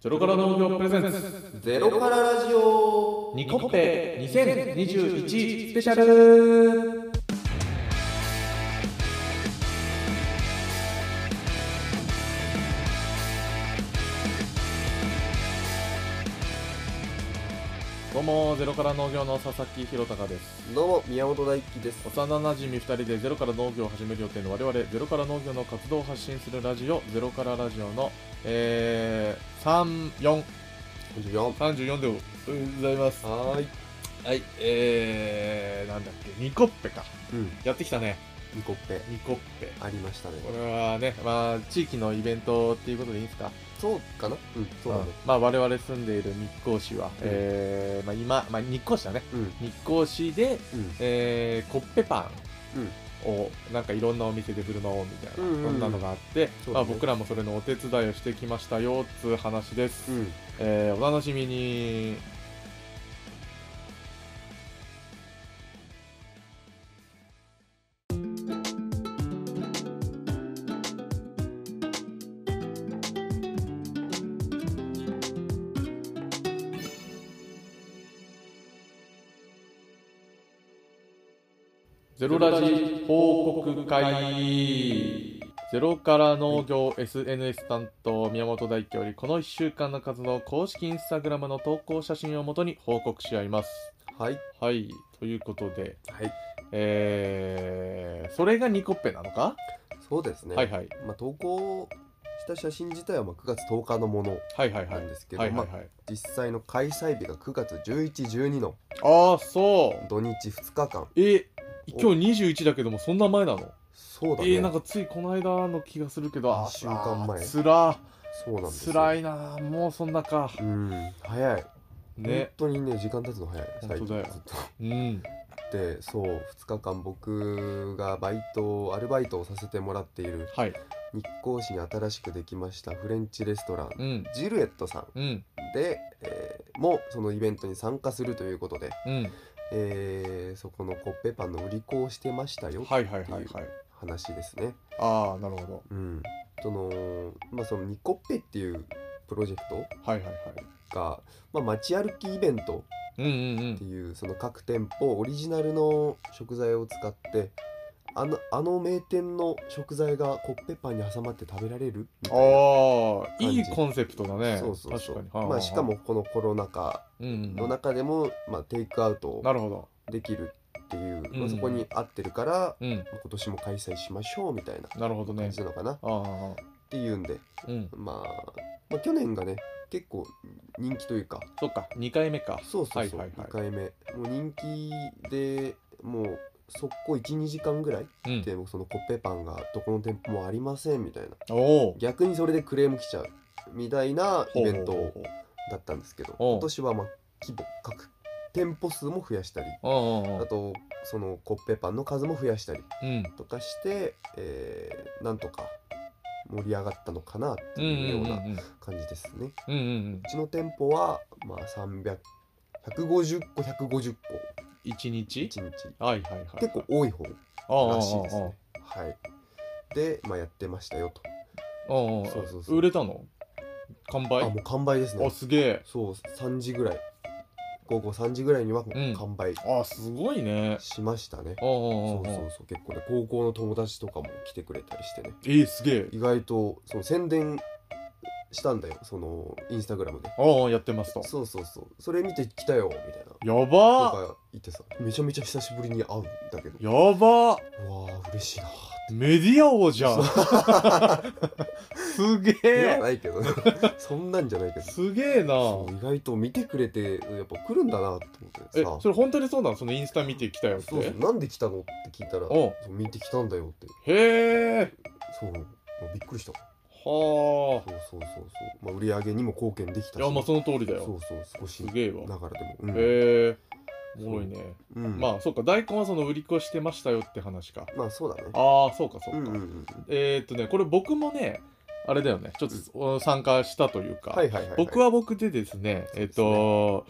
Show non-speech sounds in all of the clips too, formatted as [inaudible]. ゼロから農業プレゼンツゼロからラジオニコッペ2021スペシャルどうもゼロから農業の佐々木弘隆ですどうも宮本大輝です幼なじみ2人でゼロから農業を始める予定の我々ゼロから農業の活動を発信するラジオゼロからラジオの、えー、34 54 34でございますはーいはいえー、なんだっけニコッペかうんやってきたねニコッペニコッペありましたねこれはねまあ地域のイベントっていうことでいいですかそうかなうんそうだねまあ我々住んでいる日光市は、えーまあ、今、まあ、日光市だねうん日光市で、えー、コッペパうんンをなんかいろんなお店で振る舞おうみたいな、うんうんうそんんなのがあって、そうまだあ、ね僕らもそれのお手伝いをしてきましたよっつう話です、うんえーお楽しみにゼロラジ報告会ゼロから農業 SNS 担当宮本大輝よりこの1週間の活動を公式インスタグラムの投稿写真をもとに報告し合います。はいはい、ということで、はいえー、それがニコッペなのか、そうですねはいはい。まあ投稿した写真自体はまあ9月10日のものはいはいはないん。ですけはどいはまいあはい。実際の開催日が9月1112のああ、そう。土日2日間え、今日21だけども、そんな前なの、そうだえねー、なんかついこの間の気がするけど、あ一週間前あーつらー。そうなんですつよらいなあもうそんなかうん早い本ね当にね時間経つの早い本当だよ最近ずっとうんでそう2日間僕がバイトアルバイトをさせてもらっているはい日光市に新しくできましたフレンチレストランうんジルエットさんうんで、えーもそのイベントに参加するということで、うんえーそこのコッペパンの売り子をしてましたよはいはいはいはい話ですね。ああなるほどうん、そのまあそのニコッペっていうプロジェクはいはいはいトが、まあ、街歩きイベントうんうんうってんいうその各店舗オリジナルの食材を使ってあのあの名店の食材がコッペパンに挟まって食べられるみたいなああ感じいいコンセプトだねそうそうそう確かにまあ、しかもこのコロナ禍うんうんの中でも、まあ、テイクアウトなるほどできるっていう、うまんあ、そこに合ってるから、うんまあ今年も開催しましょうみたいななるほど感ねじなのかな、っああていうんで、うんまあ、まあ去年がね結構人気というかそっか二回目かそうそうそう、はいはいはい2回目もう人気でもう速攻12時間ぐらいうんでもそのコッペパンがどこの店舗もありませんみたいなおお逆にそれでクレーム来ちゃうみたいなイベントだったんですけどおう今年はまあ規模各店舗数も増やしたりうんうんうあとそのコッペパンの数も増やしたりんとかして、えーなんとか盛り上がったのかなってうんうんいうよううんな感じですね、ううんうんうんちの店舗はまあ300 150個150個一日1日はいはいはい結構多い方構らしいですねはいで、まあ、やってましたよとうんうんそうそうそう売れたの完売あもう完売ですあねすげえそう3時ぐらい午後3時ぐらいにはん完売あすごいねしましたね、そそうそうそう結構ね高校の友達とかも来てくれたりしてねえー、すげえ意外とその宣伝したんだよそのインスタグラムでああやってますとそうそうそうそれ見て来たよみたいなやばーとか言ってさめちゃめちゃ久しぶりに会うんだけどやばーうわあ嬉しいなメディア王じゃん [laughs] すげではえないけど [laughs] そんなんじゃないけどすげえなそう意外と見てくれてやっぱ来るんだなとえ思そってされ本当にそうなのそのインスタ見てきたよってそうそうなんで来たのって聞いたらおうそう見てきたんだよってへえそうもうびっくりしたはそうそうそうそう、まあ、売り上げにも貢献できたあしいやまあその通りだそようそう少しすなげえわがらでも、うんへえおもろいねうん、まあそうか大根はその売り子してましたよって話かまあそうだねああそうかそうか、うんうんうんえー、っとねこれ僕もねあれだよねちょっとお参加したというか、はいはいはい、はい、僕は僕でですね、えっと、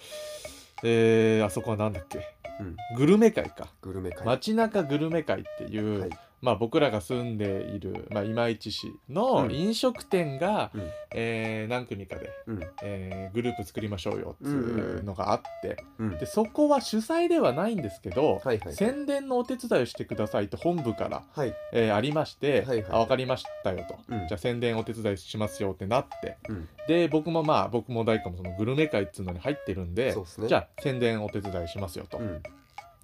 えーあそこはなんだっけ、うんグルメ会か、グルメ会街中グルメ会っていう、はいまあ、僕らが住んでいる、まあ、今市市のうん飲食店が、うんえー何組かで、うんえーグループ作りましょうよっていうのがあって、うんはいでそこは主催ではないんですけど、はいはい宣伝のお手伝いをしてくださいって本部から、はいえーありまして、はいはいあ分かりましたよと、うんじゃあ宣伝お手伝いしますよってなって、うんで僕もまあ僕も大工もそのグルメ会っていうのに入ってるんでそうですねじゃゃあ宣伝お手伝いしますよと、うん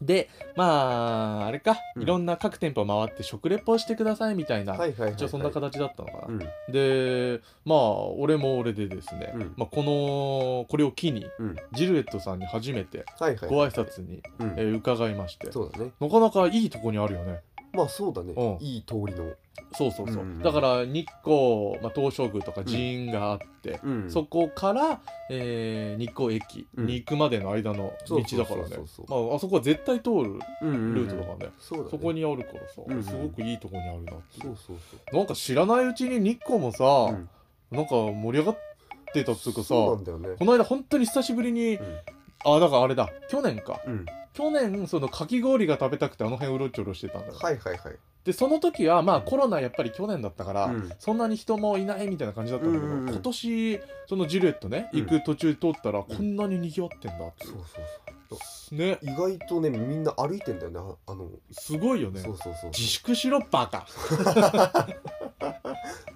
でまああれか、うんいろんな各店舗回って食レポしてくださいみたいな、はいはいはいはいじゃあそんな形だったのかな、うんでまあ俺も俺でですね、うんまあ、このこれを機に、うんジルエットさんに初めてはいはいご挨拶に、うんえー伺いましてそうだねなかなかいいとこにあるよねまあそうだねうんいい通りのそうそうそう、うんうんうんだから日光、まあ、東照宮とか寺院があって、うんそこから、えー日光駅に行くまでの間の道だからねそうそうそうまああそこは絶対通るうんうんうんルートだからね、そうだねそこにあるからさ、うんうんすごくいいとこにあるなっていうそうそうそうなんか知らないうちに日光もさ、うんなんか盛り上がってたっつうかさそうなんだよねこの間本当に久しぶりにあだからあれだ去年かうんうん去年そのかき氷が食べたくてあの辺うろちょろしてたんだよ、はいはいはいでその時はまあコロナやっぱり去年だったから、うんそんなに人もいないみたいな感じだったんだけど、うんうんうん今年そのジルエットね、うん行く途中通ったらこんなに賑わってんだっていそうそうう、そうね意外とねみんな歩いてんだよねああのすごいよねそうそうそう自粛しろバカ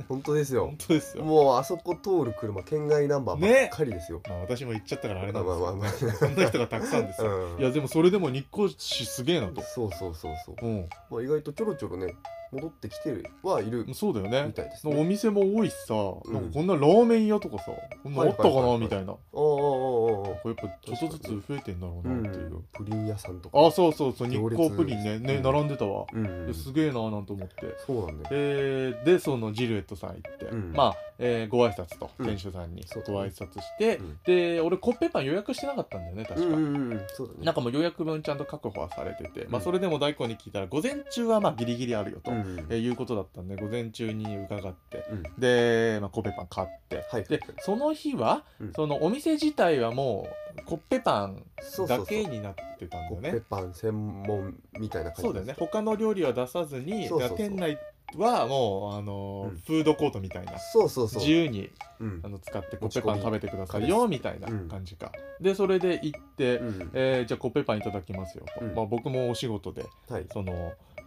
本当ですよ本当ですよ、もうあそこ通る車県外ナンバーばっかりですよ、まあ、私も行っちゃったからあれなんまあまあまですけど、ね、そんな人がたくさんですよ、うんいやでもそれでも日光市すげえなと、そうそうそうそう、うん、まあ、意外とちょろちょろね戻ってきてはいるそうだよみねたいですおね店も多いしさ、うんなんかこんなラーメン屋とかさこんなあったかはいはいはいはないみたいなああああああこれやっぱちょっとずつ増えてんだろううなっていう、んプリン屋さんとかあそうそうそう日行列光プリンねね、うん並んでたわ、うんうんすげえなーなんて思って、そうなんだよえーでそのジルエットさん行って、うんまあ、えーご挨拶とうん店主さんにそうだねご挨拶して、うんで俺コッペパン予約してなかったんだよね確か、うんうんうんそうだねなんかもう予約分ちゃんと確保はされてて、まあ、うんそれでも大根に聞いたら午前中はまあギリギリあるよと、うんうんえーいうことだったんで午前中に伺ってうんで、まあ、コッペパン買って、はいでその日は、うんそのお店自体はもうコッペパンそうそうそだうけになってたんだコよッペねパン専門みたいな感じそうだよね他の料理は出さずにそうそうそだうから店内はもう、あのーうんフードコートみたいなそうそうそう自由にうんあの使ってコ持ッちペ込みパン食べてくださいよみたいなうん感じか、でそれで行って、うんえーじゃあコッペパンいただきますよと、うんまあ、僕もお仕事ではいその、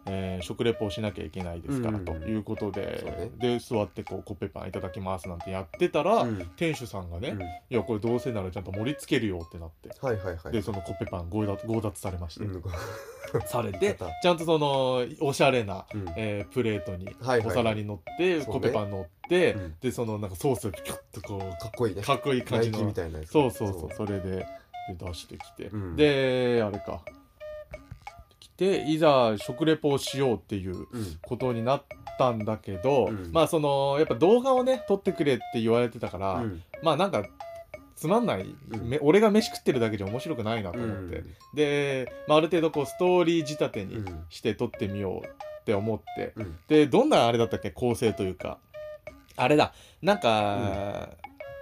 えー食レポをしなきゃいけないですからうんということで、そうねで座ってこうコッペパンいただきますなんてやってたら、うん店主さんがね、うんいやこれどうせならちゃんと盛り付けるよってなって、はいはいはいでそのコッペパン強奪強奪されまして、うんされてまたちゃんとそのおしゃれな、うんえープレートにはいはいお皿に乗って、そうコッペねパン乗って、うんでそのなんかソースピュッとこかっこいいねうかっこいい感ナじイキみのたいなやつそうそうそうそれでで出してきて、うんであれか来ていざ食レポをしようっていううんことになったんだけど、うんまあそのやっぱ動画をね撮ってくれって言われてたから、うんまあなんかつまんない、うんめ俺が飯食ってるだけじゃ面白くないなと思って、で、まあ、ある程度こうストーリー仕立てうにんして撮ってみようって思って、うんでどんなあれだったっけ構成というかあれだなんか、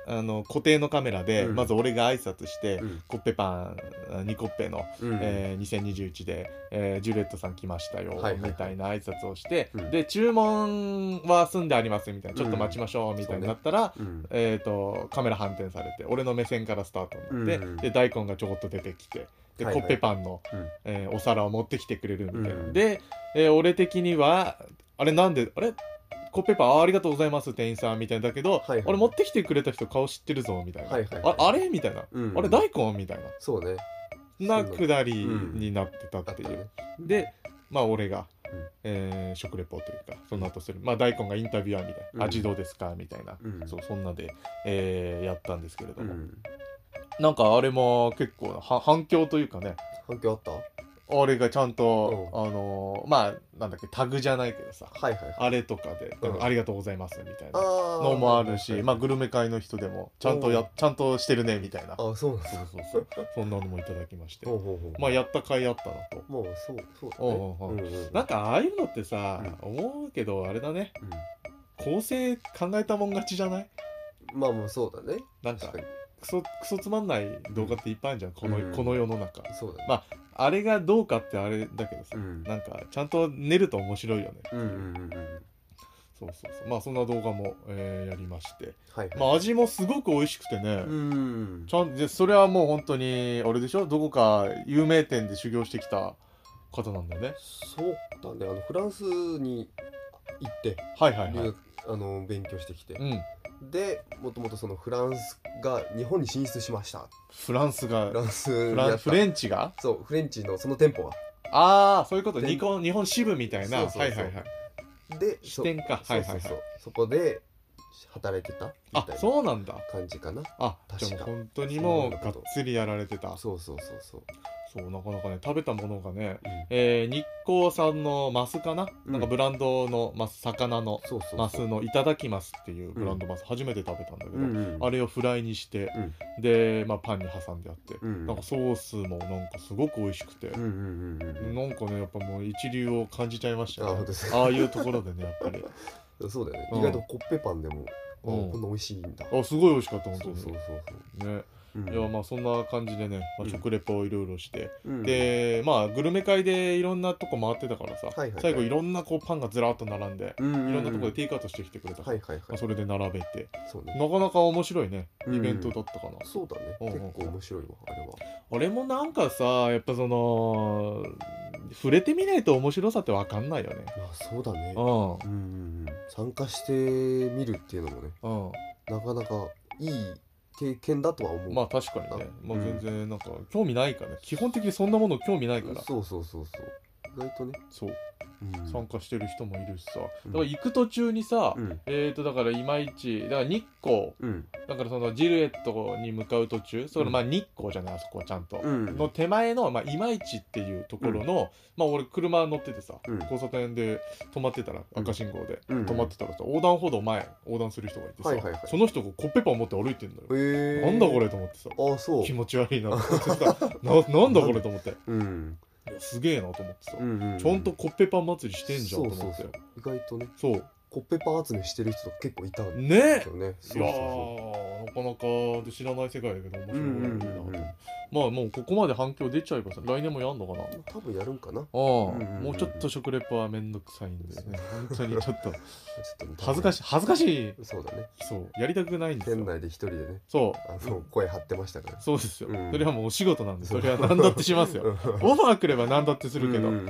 あの固定のカメラで、うんまず俺が挨拶して、うんコッペパン2コッペの、うんえー2021で、えージュレットさん来ましたよ、はいはいはいみたいな挨拶をして、うんで注文は済んでありますみたいなちょっと待ちましょうみたいになったら、うんえー、とカメラ反転されて俺の目線からスタートになって、うんで大根がちょこっと出てきてで、はいはいコッペパンの、うんえーお皿を持ってきてくれるみたいな、うんで、えー俺的にはあれなんであれコッペパンあーありがとうございます店員さんみたいだけど、はいはい俺持ってきてくれた人顔知ってるぞみたいな、はいはいはいああれみたいな、うんあれ大根みたいそうねななそうくだりになってたあっってたいう、ねでまあ俺が、うんえー食レポというかその後する、まあ大根がインタビュアーみたいな、うん味どうですかみたいな、うんそうそんなで、えーやったんですけれどうも、んなんかあれも結構なは反響というかね反響あったあれがちゃんと、あのーまあなんだっけタグじゃないけどさはいはいはいあれとかで、うんありがとうございますみたいなあのもあるしまあグルルメ会の人でもちゃんとやおうちゃんとしてるねみたいなそうあそうなんだそうそうそんなのもいただきましてほうほうほうまあやった甲斐あったなともうそうそうおうおうおだうねうんうんなんかああいうのってさ、思うけどあれだねうん構成考えたもん勝ちじゃないまあもうそうだねなんか確かにクソクソつまんない動画っていっぱいあるじゃんこの,、うんこの世の中そうだね、まあれがどうかってあれだけどさ、うんなんかちゃんと寝ると面白いよねうんうんうんうんそうそうそうまあそんな動画も、えーやりましてはい、まあ味もすごく美味しくてね、うんちゃんでそれはもう本当にあれでしょどこか有名店で修行してきた方なんだよねそうだねあのフランスに行って、はいはいはい留あの勉強してきて、うんでもともとそのフランスが日本に進出しましたフランスがフランスフにラあンったフレンチがそうフレンチのその店舗がああそういうことで日本日本支部みたいなそうそうそうはいはいはいで支店かそはういはいはそういそうそこで働いてたみあたいなそうなんだ感じかなあ確かじゃあもう本当にもうがっつりやられてたそそうそうそうそううなかなかね食べたものがねうんえー日光産のマスかな、うんなんかブランドのマス魚のそうそうそうマスの「いただきます」っていうブランドマス、初めて食べたんだけど、うんうんあれをフライにして、で、まあ、パンに挟んであって、うんなんかソースもなんかすごく美味しくて、うんうんうんうんなんかねやっぱもう一流を感じちゃいましたあね本当ですああいうところでねやっぱ [laughs] りうんそうだよね、うん意外とコッペパンでも、あうんこんな美味しいんだあすごい美味しかった本当そうにそうそうね、そう、うんいやまあそんな感じでね、まうあ、ん食レポをいろいろして、うんでまあグルメ会でいろんなとこ回ってたからさ、はいはいはい最後いろんなこうパンがずらっと並んで、うんうんうんいろんなところでテイクアウトしてきてくれたから、はいはいはいまあ、それで並べてそうねなかなか面白いねうんイベントだったかな、そうだね、うんうん結構面白いわあれは俺もなんかさやっぱその触れてみないと面白さって分かんないよねまあそうだねううんうんうん参加してみるっていうのもねんうんなかなかいい経験だとは思うまあ確かにね、まうあ、ん全然なんか興味ないからね基本的にそんなもの興味ないからそうそうそうそう意外とね、そううん参加してる人もいるしさだかうんら行く途中にさ、うんえーとだからいまいちだから日光うんだからそのジルエットに向かう途中それうんまあ日光じゃないあそこはちゃんと、うんの手前の、まあ、いまいちっていうところの、まあ俺車乗っててさ、うん交差点で止まってたらうん赤信号で、うん止まってたらさ横断歩道前横断する人がいてさ、はいはいはいその人がコッペパン持って歩いてんのよ、へえなんだこれと思ってさあそう気持ち悪いなと思ってさ [laughs] ななんだこれと思ってうんいやすげえなと思ってさ、うんうんうんちゃんとコッペパン祭りしてんじゃんと思ってそうそうそう意外とねそうコッペパン集めしてる人結構いたんねだよねいそうやそうそーなかなか知らない世界だけど面うう白いんうんな、うんうんまあもうここまで反響出ちゃえばさ来年もやんのかな多分やるんかなああ、うんうんうんもうちょっと食レポはめんどくさいんですね本当にちょっとちょっと恥ずかししい恥ずかしいそうだねそうやりたくないんです店よ内で一人でねそあうの声張ってましたからそうですよ、うんそれはもうお仕事なんでそうそれは何だってしますよオファーくれば何だってすするけど、ま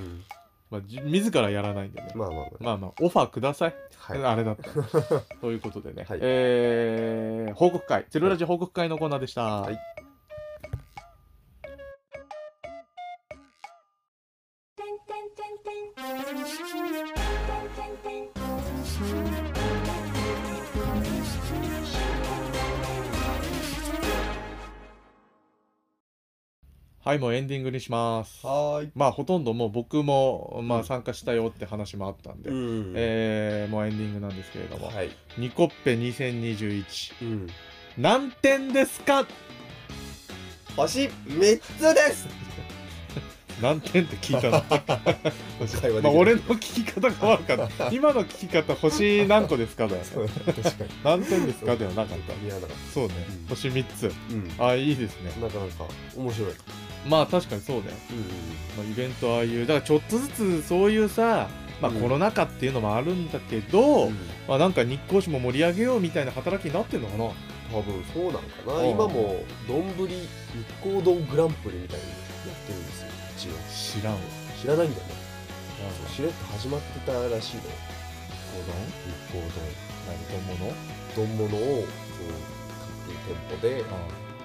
まあ、じ自らやらないんでね、あまあまあまあまあオファーくださいはいあれだ [laughs] った。ということでね、はいえー報告会、ゼロラジ報告会のコーナーでした。はいはい、もうエンディングにします。はーいまあ、ほとんどもう僕も、まうあ、ん参加したよって話もあったんで、うんえーもうエンディングなんですけれども、はいニコッペ2021、うん何点ですか星3つ [laughs] です何点って聞い [laughs] たの会話できないまあ俺の聞き方が悪か [laughs] った今の聞き方星何個ですかだよねそう確かに何点ですかではなかっ見た合わなかっそうねうん星3つたうんあいいですねなかなか面白いまあ確かにそうだよ、うまあ、イベントああいうだからちょっとずつそういうさまあうんコロナ禍っていうのもあるんだけど、んまあなんか日光市も盛り上げようみたいな働きになってんのかな多分そうなのかなうん今も丼日光丼グランプリみたいにやってるんですよ一応知らんわ知らないんだよねしれっと始まってたらしいのよ日光何ともの丼丼物をこう各店舗で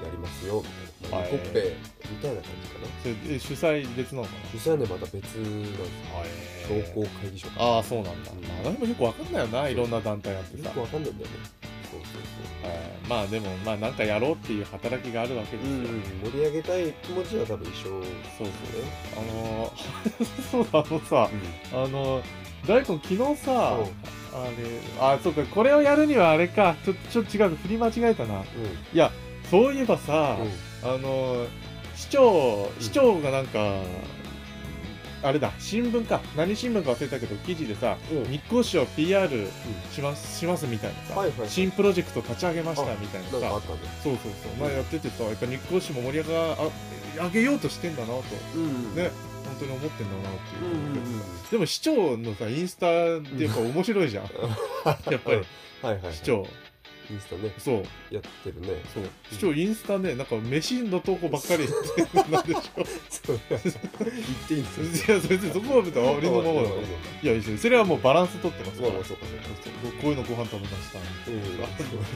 やりますよみたいな、はいコッペみたいな感じかなそれえ主催別なのかそしたらねまた別なんですよなはい商工会議所かああそうなんだ、うんまあ、でもよくわかんないよないろんな団体あってよさくわかんないんだよねそうそうそえーまあでもまあなんかやろうっていう働きがあるわけですう、よ、盛り上げたい気持ちは多分一緒そうですねあのー [laughs] そうだあのさあのー大根昨日さうんあれあそうかこれをやるにはあれかちょちょっと違う振り間違えたなうんいやそういえばさ、うんあのー市長市長がなんか、あれだ新聞か何新聞か忘れたけど記事でさうん日光市を PR します,、しますみたいなさ、はいはい新プロジェクト立ち上げましたみたいななんかあさったねそうそうそう前やっててさやっぱ日光市も盛り上があ上げようとしてんだなとうんね本当に思ってんだなっていううんうのを思ってさ、んうんでも市長のさインスタってやっぱ面白いじゃん、 [laughs] [laughs] やっぱり、はいはいはい市長インスタねそうやっ [laughs] てるねそう市長インスタねなんか飯の投稿ばっかりやってるなんでしょう [laughs] そう言っていいんですよいや別にそこは別に俺のままだからまいや別にそれはもうバランス取ってますあからまあそうかそうかこういうのご飯食べましたうん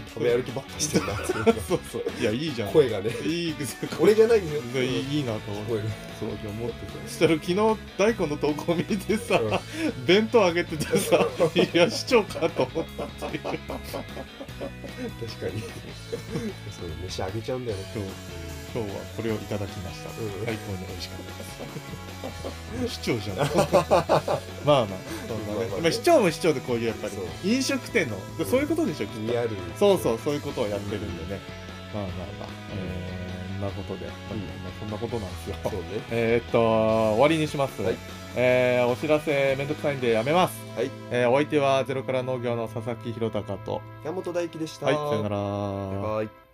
食べ歩きばっかしてんだっていうか [laughs] そうそういやいいじゃん声がねいい俺じゃないんだよいいいいなと思って声がそういや思ってたそしたら昨日大根の投稿見て [laughs] さ、うん弁当あげててさいや市長かと思ったっていう確かにそう飯あげちゃうんだよね今日今日はこれをいただきましたうん最高に美味しかったです市長 [laughs] じゃないまあまあそんなまあねまあねまあ市長も市長でこういうやっぱりそう飲食店のでそういうことでしょきっとリアルそうそうそういうことをやってるんでね、まあまあまあえー、そんなことで、まあそんなことなんですよそうねえー、っと終わりにします、はいえーお知らせめんどくさいんでやめます、はいえーお相手はゼロから農業の佐々木弘隆と山本大輝でしたはいさよならバイバイ